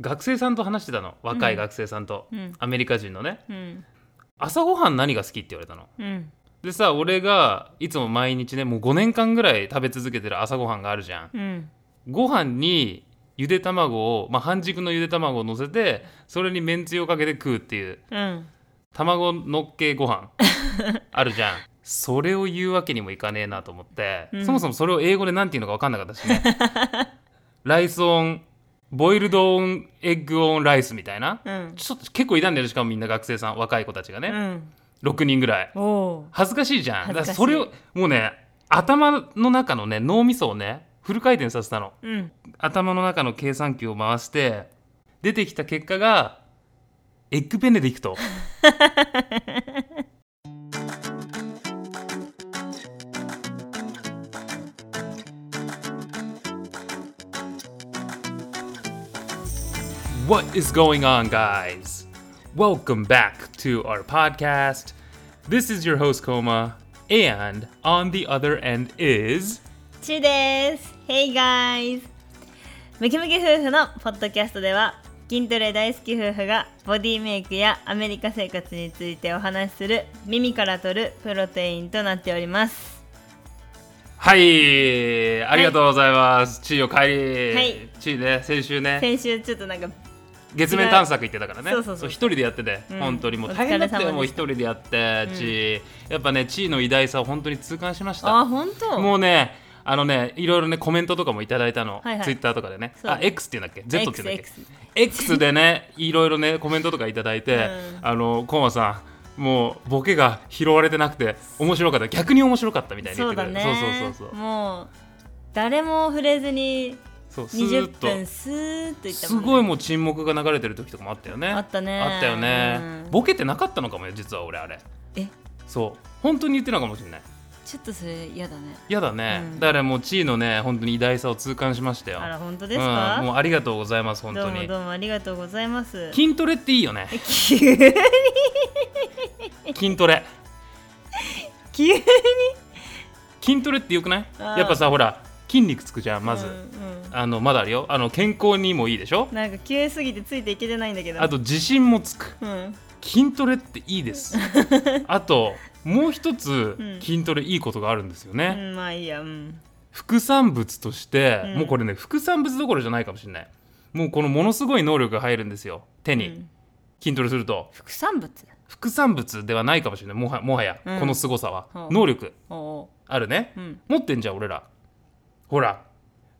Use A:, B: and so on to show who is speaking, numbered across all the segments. A: 学生さんと話してたの若い学生さんと、
B: うん
A: アメリカ人のね
B: うん
A: 朝ごはん何が好きって言われたの
B: うん
A: でさ俺がいつも毎日ねもう5年間ぐらい食べ続けてる朝ごはんがあるじゃん
B: うん
A: ご飯にゆで卵を、まあ、半熟のゆで卵を乗せてそれにめんつゆをかけて食うっていう
B: うん
A: 卵のっけご 飯あるじゃんそれを言うわけにもいかねえなと思って、
B: うん
A: そもそもそれを英語で何て言うのか分かんなかったし ねライスオンボイルドオンエッグオンライスみたいな
B: うん
A: ちょっと結構いたんだよねしかもみんな学生さん若い子たちが
B: う
A: ね、
B: ん
A: 6人ぐらい
B: おお
A: 恥ずかしいじゃん
B: 恥ず
A: だ
B: かしい
A: からそれをもうね頭の中のね脳みそをねフル回転させたの
B: ーうん
A: 頭の中の計算機を回して出てきた結果がエッグベネディクト What is going on, guys? Welcome back to our podcast. This is your host, Koma, and on the other end is.
B: ちーです。Hey guys! ムキムキ夫婦のポッドキャストでは筋トレ大好き夫婦がボディメイクやアメリカ生活についてお話しする耳から取るプロテインとなっております。
A: はい、ありがとうございます。地位お帰り。
B: はい
A: 地位ね、先週ね、
B: 先週ちょっとなんか
A: 月面探索行ってたからね。
B: そうそうそう
A: 一人でやってて、
B: うん
A: 本当にもう
B: お疲
A: 大変だっ
B: れ様
A: た
B: で
A: よ、
B: した
A: もう一人でやって、地位。やっぱね、地位の偉大さを本当に痛感しました。
B: あ本当
A: もうね、あのね、いろいろね、コメントとかもいただいたの、
B: はいはい
A: ツイッターとかでね、
B: そう
A: あ、X っていうんだっけ、Z っていうんだっけ、
B: X
A: X でね、いろいろね、コメントとかいただいて、
B: う
A: あの、コーマさん。もうボケが拾われてなくて面白かった逆に面白かったみたいに言
B: そ
A: っ
B: う
A: てく
B: だ
A: れる
B: ね
A: そうそうそう
B: もう誰も触れずに
A: そうそうスーッ
B: 20
A: と
B: 分スーッといった
A: す
B: もんね
A: ごいもう沈黙が流れてる時とかもあったよね
B: あったね
A: あったよね、
B: うん
A: ボケてなかったのかもよ実は俺あれ
B: え
A: そう本当に言ってるのかもしれない
B: ちょっとそれ嫌だね。
A: やだね、
B: うん
A: だからもう地位のね本当に偉大さを痛感しましたよ
B: あら本当ですか、
A: うんもうありがとうございます本
B: ど
A: 当
B: うも
A: に
B: どうもありがとうございます。
A: 筋トレっていいよ ね
B: 急に
A: 筋トレ
B: 急に
A: 筋トレってよくない
B: あー
A: やっぱさほら筋肉つくじゃんまず、
B: うんうん
A: あのまだあるよあの健康にもいいでしょ
B: なんか急すぎてついていけてないんだけど
A: あと自信もつく
B: うん
A: 筋トレっていいです あともう一つ
B: うん
A: 筋トレいいことがあるんですよね、
B: うんまあいいやうん
A: 副産物として、
B: うん
A: もうこれね副産物どころじゃないかもしれないもうこのものすごい能力が入るんですよ手に、
B: うん
A: 筋トレすると
B: 副産物
A: 副産物ではないかもしれないもはもはや、
B: うん
A: この凄さは、
B: ほう
A: 能力
B: おお
A: あるね
B: ううん
A: 持ってんじゃん俺らほら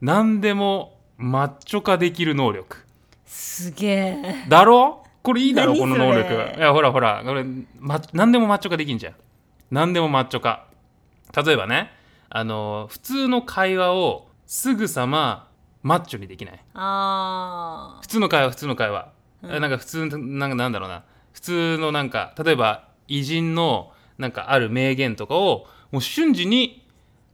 A: 何でもマッチョ化できる能力
B: すげえ
A: だろこれいいだろ
B: 何
A: この能
B: それ
A: 力いやほらほらこれ、ま、何でもマッチョ化できんじゃん何でもマッチョ化例えばねあの普通の会話をすぐさまマッチョにできない
B: あ
A: 普通の会話普通の会話、
B: うん
A: えなんか普通のなんかなんだろうな普通のなんか例えば偉人のなんかある名言とかをもう瞬時に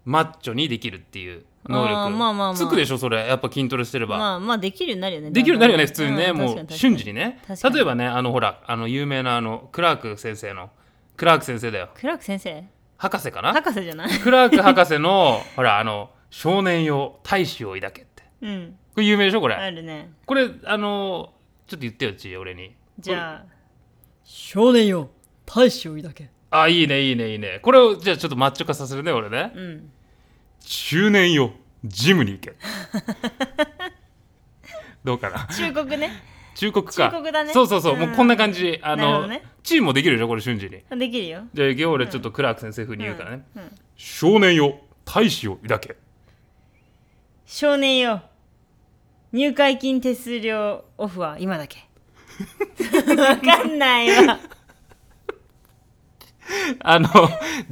A: マッチョにできるっていう能力
B: あーまあまあまあ
A: つくでしょそれやっぱ筋トレしてれ
B: ー
A: ば、
B: まあまあできるようになるよね
A: できるようになるよね普通にね、
B: ん
A: も
B: 確か
A: う
B: 確か
A: 瞬時にね
B: 確かに
A: 例えばねあのほらあの有名なあのクラーク先生のクラーク先生だよ
B: クラーク先生
A: 博士かな
B: 博士じゃない
A: クラーク博士のほらあの少年よ大使を抱けって
B: うん
A: これ有名でしょこれ、
B: あるね
A: これあのちょっと言ってよち俺に
B: じゃあ
C: 少年よ大使を抱け
A: あいいねいいねいいねこれをじゃあちょっとマッチョ化させるね俺ね、
B: うん
A: 中年よジムに行 けどうかな
B: 忠告 ね
A: 忠告か
B: 忠告だね
A: そうそうそう、
B: うん
A: もうこんな感じあ
B: なるほ
A: の、
B: どね
A: チームもできるでしょこれ瞬時に
B: できるよ
A: じゃあ行くよ俺ちょっとクラーク先生風に言うからね、
B: うんうん
A: 少年よ大使を抱け
B: 少年よ入会金手数料オフは今だけわかんないわ
A: あの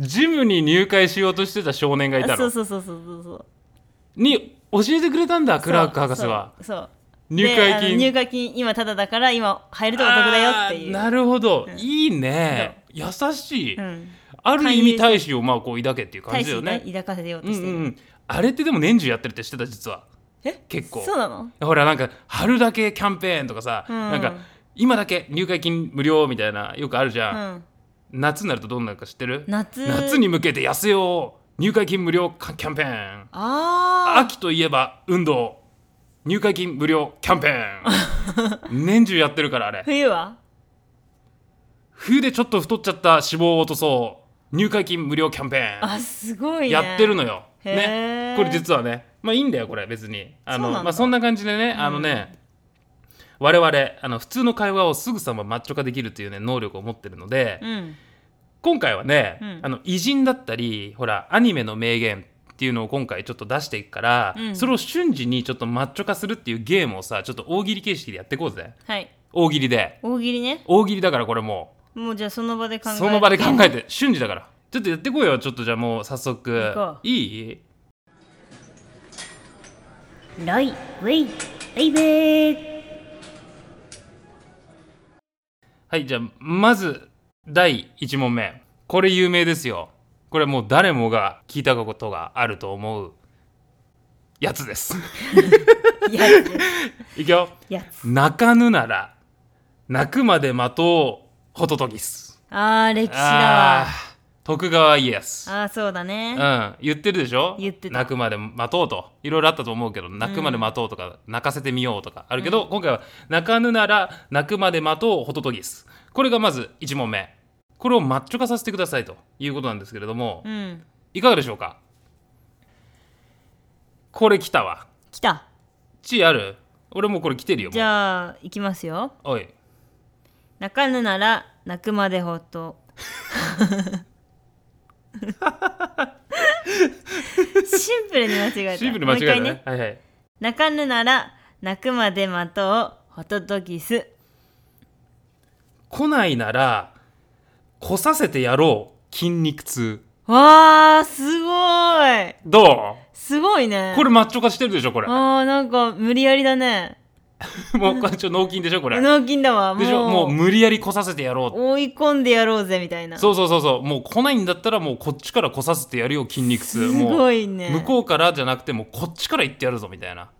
A: ジムに入会しようとしてた少年がいた
B: そう
A: の
B: そうそうそうそうそう
A: に教えてくれたんだクラーク博士は
B: そうそう
A: 入
B: で
A: 会
B: あの
A: 金
B: 入会金今タダだから今入るとお得だよってい
A: あー
B: う
A: なるほど、いいね優しい、
B: うん、
A: ある意味大使をまあこう抱けっていう感
B: 大
A: じだよ
B: 使に
A: ね
B: ね抱かせてようと
A: うんう
B: してる、
A: んうんあれってでも年中やってるって知ってた実は
B: え
A: 結構
B: そうなの
A: ほらなんか春だけキャンペーンとかさ、
B: うん
A: なんか今だけ入会金無料みたいなよくあるじゃん、
B: うん
A: 夏になるとどうなるか知ってる
B: 夏
A: 夏に向けて痩せよう入会金無料かキャンペーン
B: ああ
A: 秋といえば運動入会金無料キャンペー ン年中やってるからあれ
B: 冬は
A: 冬でちょっと太っちゃった脂肪を落とそう入会金無料キャンペーン
B: あすごいね
A: やってるのよ。
B: へ
A: ね
B: ー、
A: これ実はね、まあいいんだよこれ別に。あ
B: そう
A: の
B: なんだ
A: まあそんな感じでね、あのね、我々あの普通の会話をすぐさまマッチョ化できるというね能力を持ってるので、
B: うん
A: 今回はね、
B: うん
A: あの偉人だったり、ほらアニメの名言。っていうのを今回ちょっと出していくから、
B: うん
A: それを瞬時にちょっとマッチョ化するっていうゲームをさちょっと大喜利形式でやっていこうぜ
B: はい
A: 大喜利で
B: 大喜利ね
A: 大喜利だからこれも
B: もうじゃあその場で考え
A: う
B: て
A: その場で考えて瞬時だからちょっとやってこいよちょっとじゃあもう早速
B: 行こう
A: いい
B: ロイウェイベイベー
A: はい、じゃあ、まず、第1問目。これ有名ですよ。これもう誰もが聞いたことがあると思うやつです。
B: や
A: いくよ。
B: つやつ
A: 泣かぬなら、泣くまで待とう、ホトトギス。
B: あー歴史だわ
A: あー徳川家康。
B: あーそうだね
A: うん、言ってるでしょ
B: 言ってた
A: 泣くまで待とうといろいろあったと思うけど泣くまで待とうとか、泣かせてみようとかあるけど、今回は泣かぬなら泣くまで待とうホトトギスこれがまず1問目これをマッチョ化させてくださいということなんですけれども、
B: うん
A: いかがでしょうかこれ来たわ
B: 来た
A: 地ある俺もうこれ来てるよ
B: じ
A: あ
B: ゃあ行きますよ
A: おい
B: 泣かぬなら泣くまでほっ とシンプルに間違えた
A: シンプルに間違えた
B: もう一回
A: ねはいはい
B: 泣かぬなら泣くまで待とうホトトギス
A: 来ないなら来させてやろう筋肉痛
B: わあすごい
A: ど
B: すごいうね
A: これマッチョ化してるでしょこれ
B: あーなんか無理やりだね
A: もうこれちょっと脳筋でしょこれ。で
B: 納金だわもう
A: しょもう無理やり来させてやろう。
B: 追い込んでやろうぜみたいな
A: そうそうそうそう。もう来ないんだったらもうこっちから来させてやるよ筋肉痛。
B: すごいね
A: もう向こうからじゃなくてもうこっちから行ってやるぞみたいな。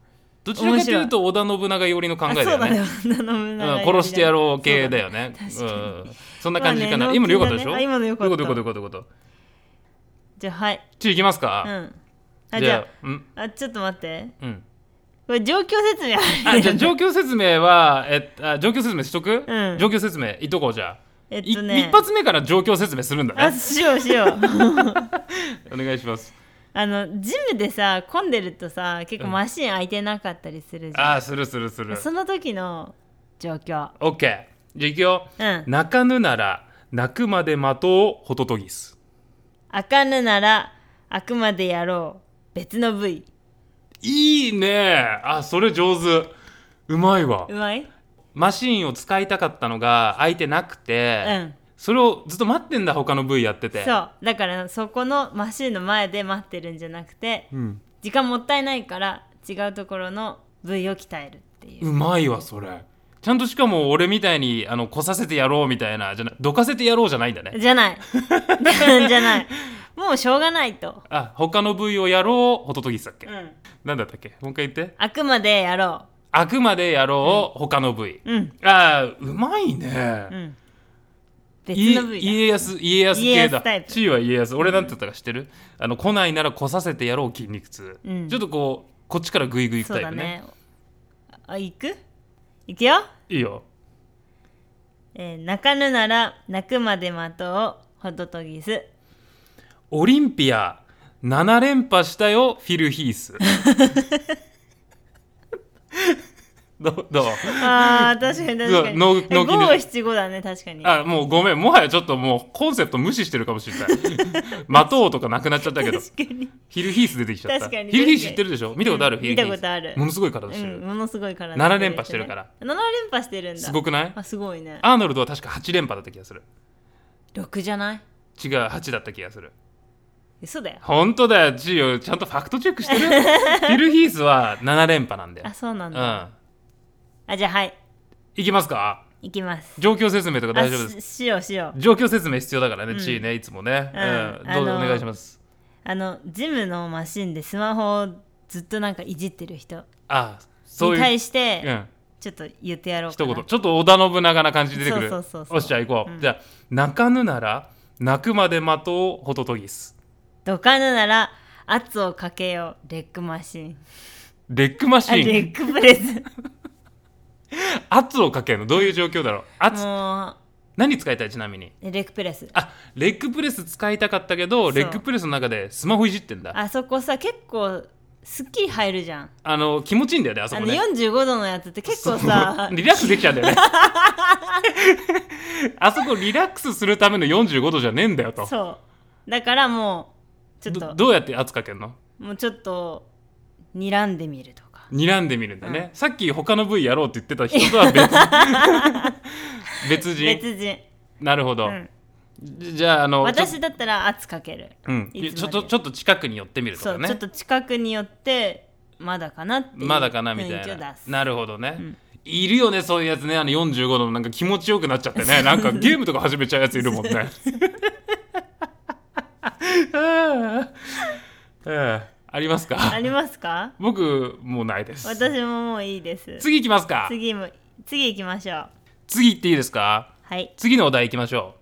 A: どちらかというと織田信長寄りの考えだよね。
B: あそうだね女の胸 が
A: うん、殺してやろう系だ
B: よ
A: よね。
B: そう
A: う
B: だね確
A: ん、そんな感じかな。
B: まあね
A: 今の良かったでしょ、
B: 脳筋だねあ今の良かっ
A: ど
B: た
A: ういうことどういうことどういうことどういうこ
B: じゃあはい
A: とちょ、行きます
B: う
A: か。
B: んあじゃ
A: あ、うん。
B: ああちょっと待って
A: うん、
B: これ状況説明ある
A: あじゃあ状況説明は、えっと、あ状況説明しとく、
B: うん
A: 状況説明いっとこうじゃあ、
B: えっ
A: い
B: とね
A: 一発目から状況説明するんだね
B: あしようしよう
A: お願いします。
B: あのジムでさ混んでるとさ結構マシン空いてなかったりするじゃ
A: ああ、するするす
B: ん、
A: る。
B: その時の状況
A: OK。じゃあ行くよ。
B: うん
A: 泣かぬなら、泣くまで待とう、ホトトギス。
B: あかぬならあくまでやろう別の部位
A: いいねあ、それ上手。うまいわ
B: う。まい
A: マシーンを使いたかったのが空いてなく
B: う
A: て、
B: ん
A: それをずっと待ってんだ、他の部位やってて。
B: そうだからそこのマシンの前で待ってるんじゃなくて
A: うん。
B: 時間もったいないから違うところの部位を鍛えるっていう
A: うまいわ、それ。ちゃんとしかも俺みたいにあの来させてやろうみたいなじゃなどかせてやろうじゃないんだね
B: じゃないじゃないもうしょうがないと、
A: あ他の部位をやろうホトトギスだっけ、
B: うん、
A: なんだったっけもう一回言って
B: あくまでやろ
A: あくまでやろう、他の部位
B: ううん
A: あーうまいね、
B: うん別
A: い
B: の部位だ
A: 家康家康系
B: 家
A: だ
B: 康タイプ
A: 地位は家康俺なんて言ったか知ってる、あの来ないなら来させてやろう筋肉痛、
B: うん
A: ちょっとこうこっちからグイグイ行く
B: そう
A: タイ
B: だ
A: プね
B: ねあ行く行くよ、
A: いいよ
B: えー泣かぬなら泣くまで待とうホトトギス
A: オリンピア7連覇したよフィル・ヒー スどうどう
B: あー確かに確かに
A: そう農農機で
B: 五七五だね確かに
A: あもうごめんもはやちょっともうコンセプト無視してるかもし れない待とうとかなくなっちゃったけど
B: 確かに
A: ヒルヒース出てきちゃった
B: 確かに
A: ヒルヒース知ってるでしょ見たことある、
B: うん
A: ヒルヒース
B: 見たことある
A: ものすごい体し
B: う
A: てる、
B: ん、ものすごい体
A: 7連覇してるから
B: 7連覇してるんだ
A: すごくない
B: あすごいね
A: アーノルドは確か8連覇だった気がする
B: 6じゃない
A: 違う8だった気がする
B: 嘘だよ
A: 本当だよジーよちゃんとファクトチェックして るヒルヒースは7連覇なんだよ
B: あそうなん
A: う
B: だ、
A: ん
B: あじゃあはい
A: いきますか
B: 行きます
A: 状況説明とか大丈夫です
B: あししようしよう
A: 状況説明必要だからね、チーねいつもね、
B: うん
A: うんどうぞ
B: あ
A: お
B: のー
A: 願いします
B: あのジムのマシンでスマホをずっとなんかいじってる人
A: あそうい
B: に
A: う、
B: 対して、
A: うん、
B: ちょっと言ってやろうか
A: 一
B: な
A: 言ちょっと織田信長な感じ出てくる
B: そうそうそうそう
A: おっしゃ行こう、
B: うん
A: じゃあ泣かぬなら泣くまで待とうホトトギス
B: どかぬなら圧をかけようレッグマシン
A: レッグマシ
B: あレ
A: ーン
B: ッグプレス
A: 圧をかけるのどういう状況だろう圧
B: も
A: 何使いたいちなみに
B: うレッグプレス
A: あレッグプレス使いたかったけ
B: そ
A: ど
B: う
A: レッグプレスの中でスマホいじってんだあ
B: あそこさ結構すっきり入るじゃん
A: の気持ちいいんだよねあそ
B: あ
A: こ
B: の
A: ね
B: 45度のやつって結構さ
A: リラックスできちゃうんだよね あそこリラックスするための45度じゃねえんだよと
B: そうだからもうちょっ
A: ど
B: と
A: どうやって圧かけるの
B: もうちょっと睨んでみるとか
A: 睨んでみるんだね、さっき他の部位やろうって言ってた人とは 別別人
B: 別人、
A: なるほど、
B: うん、
A: じじゃああのちょ
B: 私だったら圧かける
A: うん、
B: いつ
A: ちょ
B: ま
A: っ
B: で
A: とちょっと近くに寄ってみると
B: そ
A: か
B: う、
A: ね
B: ちょっと近くによってまだかなっていう
A: まだかなみた
B: 雰囲気
A: い
B: を
A: な
B: 出す
A: なるほどね、
B: うん
A: いるよねそういうやつねあの45度のなんか気持ちよくなっちゃってねなんかゲームとか始めちゃうやついるもん ね あああああります
B: あ
A: か
B: りま すか
A: 僕もうないです
B: 私ももういいです
A: 次行きますか次
B: 次も次行きましょう
A: 行っていいですか
B: はい
A: 次のお題行きましょう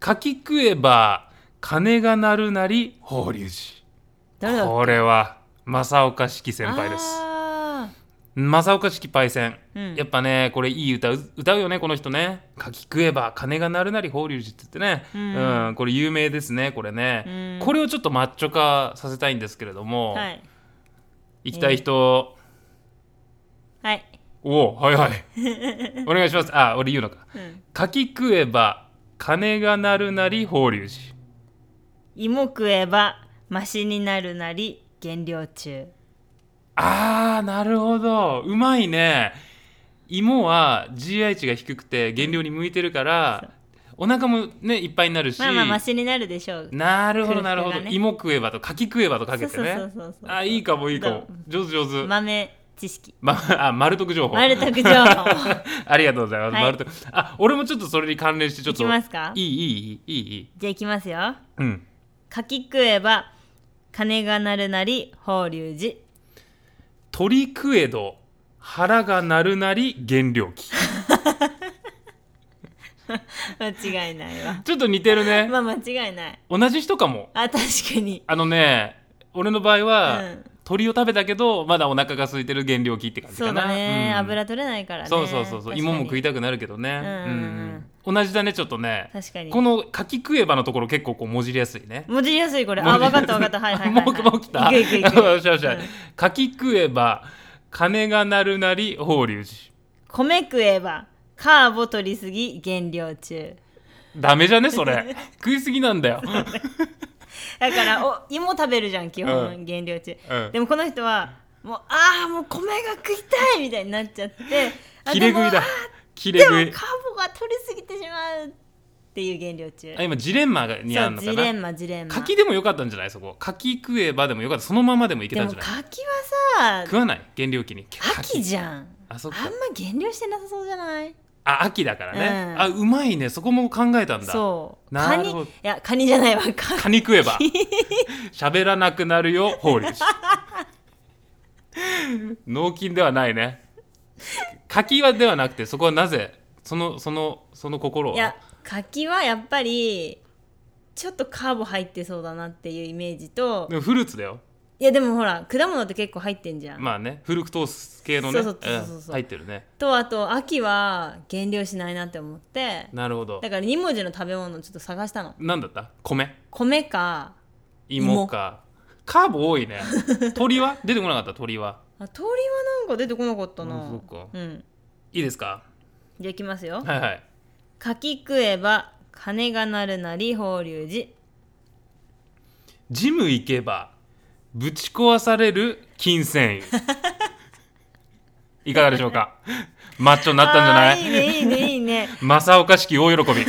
A: 柿食えば鐘が鳴るなり法隆
B: 誰
A: 寺
B: だ
A: これは正岡式先輩です
B: あ
A: 正岡式パイセン、
B: うん
A: やっぱねこれいい歌う歌うよねこの人ね「かき食えば鐘が鳴るなり法隆寺」って言ってね、
B: うん
A: これ有名ですねこれね、
B: うん
A: これをちょっとマッチョ化させたいんですけれども、
B: ーはい
A: 行きたい人、
B: はい、
A: おおはいはいお願いしますあ俺言うのか
B: うん、
A: 「かき食えば鐘が鳴るなり法隆寺
B: 芋食えばマシになるなり減量中」
A: あーなるほどうまいね芋は GI 値が低くて減量に向いてるからお腹もねいっぱいになるし、
B: まあまあマシになるでしょう
A: なるほど
B: 空
A: な
B: 腹が
A: る
B: ね
A: ほど、芋食えばと柿食えばとかけてね
B: そうそうそうそう
A: あいいかもいいかも上手上手、ま
B: 豆知識
A: あ丸得情報
B: 丸卓情 報
A: ありがとうございます、
B: はい
A: 丸得あ俺もちょっとそれに関連してちょっと
B: いきますか
A: いいいいいいいいいい
B: じゃあ行きますよ
A: うん
B: 柿食えば鐘が鳴るなり法隆寺
A: 鳥食えど腹が鳴るなり減量期
B: 間違いない わ
A: ちょっと似てる ね
B: まあ間違いない
A: 同じ人かも
B: あ確かに
A: あのね俺の場合は、
B: うん
A: 鳥を食べたけどまだお腹が空いてる減量期って感じ
B: そ
A: か
B: う
A: な
B: だね、
A: うん
B: 油取れないからね
A: そうそうそうそう芋も食い
B: た
A: たくなるけどね、
B: うんうんうん
A: うん同じだねちょっとね
B: 確かに
A: この柿食えばのところ結構こうもじりやすいね
B: 文字りやすいこれ
A: もじ
B: あ
A: り
B: 分かった分かったはいはいはい、
A: もうもう来た
B: いくいくいく
A: よっしゃよっしゃ、
B: うん
A: 柿食えば鐘が鳴るなり法隆
B: 米食えばカーボ取りすぎ減量中
A: 寺ダメじゃねそ れ食いすぎなんだよ、
B: だからお芋食べるじゃん基本、
A: うん
B: 減量中、
A: うん
B: でもこの人はもうああもう米が食いたいみたいになっちゃってあ
A: 切れ食い
B: で
A: だ
B: も
A: 切れ
B: でも
A: 食い
B: カーボが取りすぎてしまうっていう減量中
A: あ今ジレンマがにあるの
B: そう
A: か
B: ジレン
A: な
B: マジレンマ
A: 柿でもよかったんじゃないそこ柿食えばでもよかったそのままでもいけ
B: で
A: たん
B: も
A: じゃない
B: 柿は
A: 食
B: さ
A: わない減量期に
B: 秋じゃん
A: あそっか
B: あんま減量してなさそうじゃない
A: あ秋だからね、
B: うん
A: あうまいねそこも考えたんだ
B: そう
A: な
B: カ
A: る
B: ニい
A: ほど
B: やカニじゃないわか
A: カニ食えば喋らなくなるよ法 律脳筋ではないね柿はではなくてそこはなぜそのそのその心
B: い
A: は
B: や柿はやっぱりちょっとカーボ入ってそうだなっていうイメージと、
A: でもフルーツだよ
B: いやでもほら果物って結構入ってんじゃん、
A: まあねフルクトース系のね
B: そうそうそうそうそう
A: 入ってるね
B: とあと秋は減量しないなって思って
A: なるほど
B: だから2文字の食べ物をちょっと探したの
A: なんだった米
B: 米か
A: 芋かカーブ多い ね鳥は出てこなかった鳥は
B: あ鳥はなんか出てこなかったな
A: あそうか
B: ん
A: いいですか
B: じゃあいきますよ
A: はいはい
B: 柿食えば鐘が鳴るなり法隆寺
A: ジム行けばぶち壊される筋 繊維いかがでしょうかマッチョになったんじゃ
B: あ
A: ない
B: ーいねいいねいいね
A: 正岡式大喜び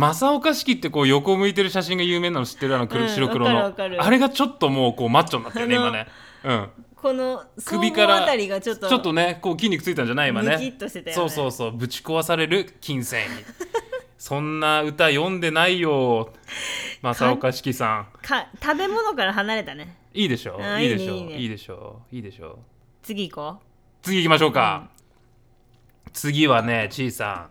A: 正岡式ってこう横向いてる写真が有名なの知ってるあの黒
B: うん
A: 白黒の、
B: わかるわかる
A: あれがちょっともうこうマッチョになったよね
B: あの
A: 今ねうん
B: この
A: 首
B: 首
A: か
B: かららあたりがちょっと
A: ちょっとねこう筋肉ついたんじゃない今ね
B: ムキッとしてたよね
A: そうそうそうぶち壊される筋繊維 そんな歌読んでないよ正岡式さん
B: か食べ物から離れたね
A: いいでしょ
B: あ
A: う
B: ー
A: いいでしょう
B: い
A: い
B: いねいいね
A: いでしょういいでしょう
B: 次行こ
A: 次行きましょうか、次はねちいさん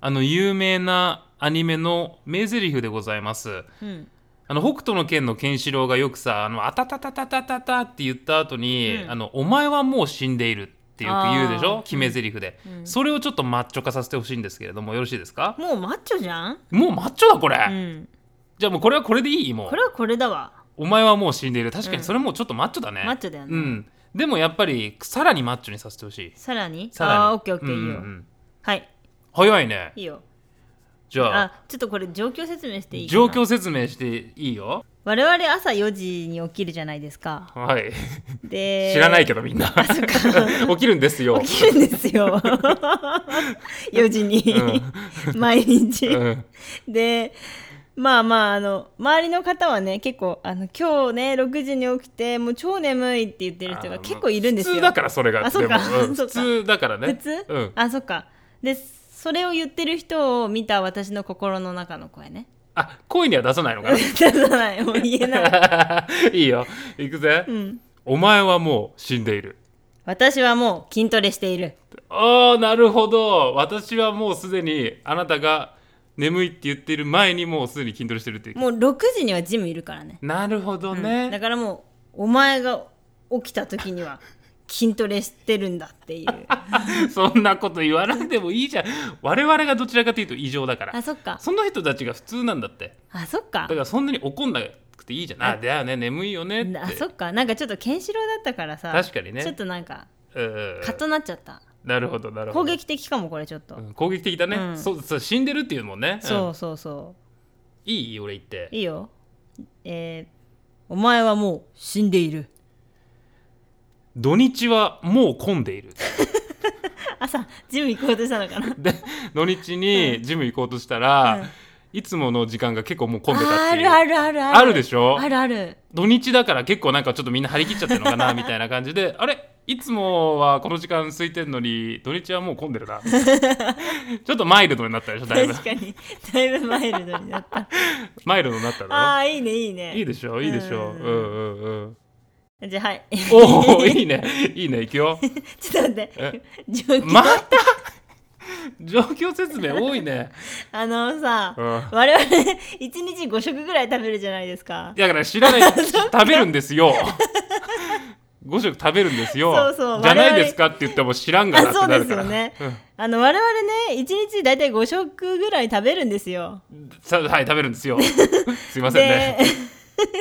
A: あの有名なアニメの名台詞でございます
B: ううん
A: ああの北斗の拳のケンシロウがよくさ「あのあたたたたたたた」って言った後に、
B: うん
A: あのお前はもう死んでいる」ってよく言うでし
B: あー
A: ょ決め台詞で、
B: うん
A: それをちょっとマッチョ化させてほしいんですけれどもよろしいですか
B: もうマッチョじゃん、
A: もうマッチョだこれ、
B: うん、
A: じゃあもうこれはこれでいいもう
B: これはこれだわ
A: お前はもう死んでいる確か
B: うん
A: にそれもうちょっとマッチョだね、
B: マッチョだよね
A: うんでもやっぱりさらにマッチョにさせてほしい
B: さらに
A: さらに
B: ああオッケーオッケー、
A: うん
B: い
A: う
B: い
A: んう
B: よ
A: ん
B: はい
A: 早いね
B: いいよ
A: じゃあ
B: あちょっとこれ状況説明していいかな
A: 状況説明していいよ
B: 我々朝4時に起きるじゃないですか
A: はい
B: で
A: 知らないけ
B: ど
A: どみんな 起きるんですよ
B: 起きるんですよ 4時に、毎日、
A: うん
B: でまあまああの周りの方はね結構あの今日ね6時に起きてもう超眠いって言ってる人が結構いるんですよ
A: 普通だからそれが
B: あそうか
A: でもん
B: そう
A: 普
B: か
A: 通だからね
B: 普通、
A: うん、
B: あそっかでそれを言ってる人を見た私の心の中の声ね
A: あ声には出さないのか
B: 出さないもう言え ない、
A: な いいよいくぜ、
B: うん、
A: お前はもう死んでいる
B: 私はもう筋トレしている
A: ああなるほど私はもうすでにあなたが眠いって言ってる前にもうすでに筋トレしてるっていう
B: もう6時にはジムいるからね
A: なるほど
B: うんだ
A: ね、
B: からもうお前が起きた時には筋トレしてるんだって いう
A: そんなこと言わなくてもいいじゃん我々がどちらかというと異常だから
B: あそっか
A: その人たちが普通なんだって
B: あそっか
A: だからそんなに怒んなくていいじゃんあだよね眠いよねって
B: あそっかなんかちょっとケンシロウだったからさ
A: 確かにね
B: ちょっとなんか
A: うん
B: カッとなっちゃった
A: なるほどなるほど
B: 攻撃的かもこれちょっと、
A: うん攻撃的だね、
B: うん
A: そうそう死んでるっていうもんね
B: そう
A: うん
B: そうそ
A: いい俺言って
B: ういいよえーお前はもう死んでいる
A: 土日はもう混んでいる
B: 朝ジム行こうとしたのかな
A: で土日にジム行こうとしたら、
B: うん
A: いつもの時間が結構もう混んでたっ
B: あ
A: ていう
B: るあるあるある
A: あるでしょ
B: あるある
A: 土日だから結構なんかちょっとみんな張り切っちゃってるのかな みたいな感じであれいつもはこの時間空いてんのに土日はもう混んで るなちょっとマイルドになったでしょだいぶ
B: 確かにだいぶマイルドになった
A: マイルドになった
B: あ
A: だ
B: あいいねいい
A: ろ
B: ね
A: いいでしょいいでしょうん
B: う
A: んうんうん
B: じゃあはいちょ
A: おおいいねいいねいくよ
B: っと待って
A: え
B: 状況、
A: また 状況説明多いね、
B: あのさ、
A: うん
B: 我々一日5食ぐらい食べるじゃないですか
A: だから知らない食べるんですよ5食食べるんですよ
B: そうそう
A: じゃ
B: 我
A: ない
B: 々
A: ですかって言っても知らんがなってなるから
B: あそうですよ
A: ね、
B: あの我々ね一日大体5食ぐらい食べるんですよ。
A: うんさはい食べるんです よすいませんね、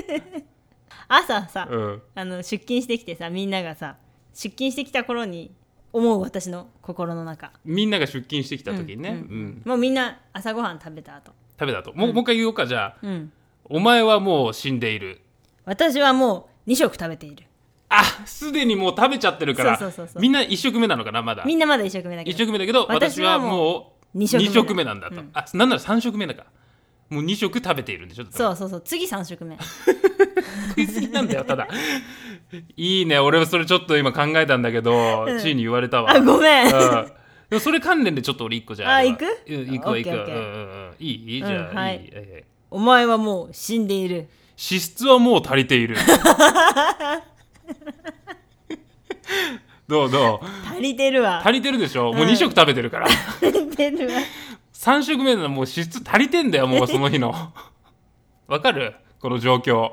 B: で 朝さ、
A: うん、
B: あの出勤してきてさみんながさ出勤してきた頃に思う私の心の中
A: みんなが出勤してきた時にね、
B: う
A: うんん
B: もうみんな朝ごはん食べた後、
A: 食べたともう,、もう一回言おうかじゃあ
B: うん、
A: お前はもう死んでいる
B: 私はもう2食食べている
A: あすでにもう食べちゃってるから
B: そうそうそうそう
A: みんな1食目なのかなまだ
B: みんなまだ1食目だけ
A: 1
B: ど
A: 食目だけど
B: 私
A: 私
B: は
A: は
B: も
A: も
B: う
A: う
B: 二食目だ
A: 二食目なんだと、
B: うん
A: あなんなら3食目だからもう2食食べているんでしょ
B: そうそうそう次3食目
A: 食いすぎなんだよただ いいね俺はそれちょっと今考えたんだけど、
B: うん
A: チーに言われたわ
B: あごめん、
A: うんでもそれ関連でちょっと俺一個じゃあ
B: あ
A: れは
B: 行く
A: うん行くわ
B: オッ
A: 行
B: ケ
A: く
B: ー
A: わ
B: オッ
A: う
B: ケ
A: ん
B: ー
A: うんうんいいいいじゃあ、
B: うんはい
A: いいはいはい
B: お前はもう死んでいる
A: 脂質はもう足りてい るどうどう
B: 足りてるわ
A: 足りてるでしょもう2食食べてるから、
B: 足りてるわ
A: 3食目ならもう脂質足りてんだよもうその日の わかるこの状況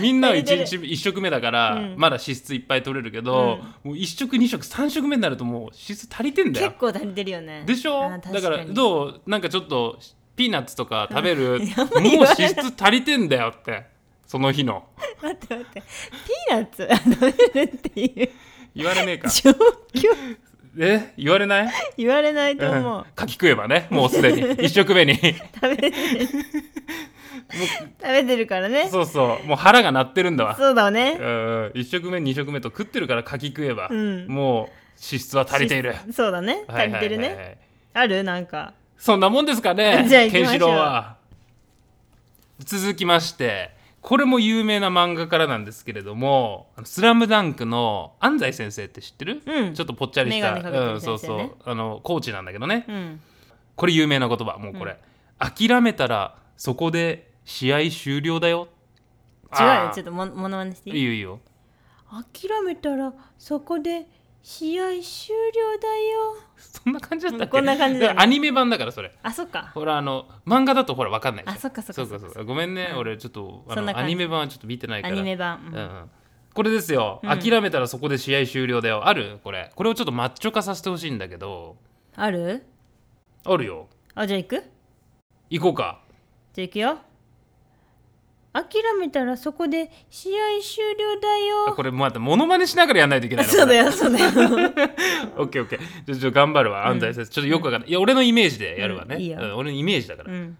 A: みんなは
B: 足りてる
A: 1日1食目だから、
B: うん
A: まだ脂質いっぱい取れるけど、もう1食2食3食目になるともう脂質足りてんだ
B: 結
A: よ
B: 構足りてるよね
A: でしょ
B: あー確か
A: だ
B: に
A: からどうなんかちょっとピーナッツとか食べる、
B: うん
A: も
B: いうやあんまり言わない
A: 脂質足りてんだよってその日の
B: 待って待ってピーナッツ食べるっていう
A: 言われね えか
B: 状況
A: え言われ ない
B: 言われないと思う
A: か、き食えばねもうすでに1 食目に
B: 食べてる食べてるからねそう
A: そうそうもう腹が鳴ってるんだわ
B: だね
A: うん1食目2食目と食ってるからかき食えば、
B: うん
A: もう脂質は足りている
B: しそうだね
A: は
B: 足
A: いはいはい
B: り
A: はい
B: てるね、あるなんか
A: そんなもんですかね
B: じゃあ行き
A: ケ
B: ましょ
A: ン
B: う
A: シロウは続きましてこれも有名な漫画からなんですけれども「あのスラムダンクの安西先生って知ってる、
B: うん
A: ちょっとぽっちゃりした
B: 眼鏡かけてる
A: うん、
B: 先生
A: そ
B: ね
A: うそうあのコーチなんだけどね、
B: うん
A: これ有名な言葉もうこれ、諦めたらそこで試合終了だよ
B: 違うよ
A: あー
B: ちょっともものまねしてい
A: い
B: い
A: いよいいよ
B: 諦めたらそこで試合終了だよ
A: そんな感じだったっけ
B: こんな感じだ
A: か
B: ね
A: らアニメ版だからそれ
B: あそっか
A: ほらあの漫画だとほらわかんないでしょ
B: あそっかそっか
A: そうか
B: そっか
A: そうかごめんね、
B: うん
A: 俺ちょっとあ
B: そんな
A: の
B: 感
A: ア
B: じ
A: ニメ版はちょっと見てないか
B: ア
A: ら
B: ニメ版、
A: うんうんこれですよ、
B: うん
A: 諦めたらそこで試合終了だよあるこれこれをちょっとマッチョ化させてほしいんだけど
B: ある
A: あるよ
B: あじゃあ行く
A: 行こうか
B: じゃあ行くよ諦めたらそこで試合終了だ
A: あ
B: よ
A: これまたモノマネしながらやんないといけないの
B: そうだ
A: よ
B: よそうだよ
A: オッケーオッケーちょちょ頑張るわ安西先生、ちょっとよくわかんないいや俺のイメージでやるわね、
B: うんいいよ
A: 俺のイメージだから、
B: うん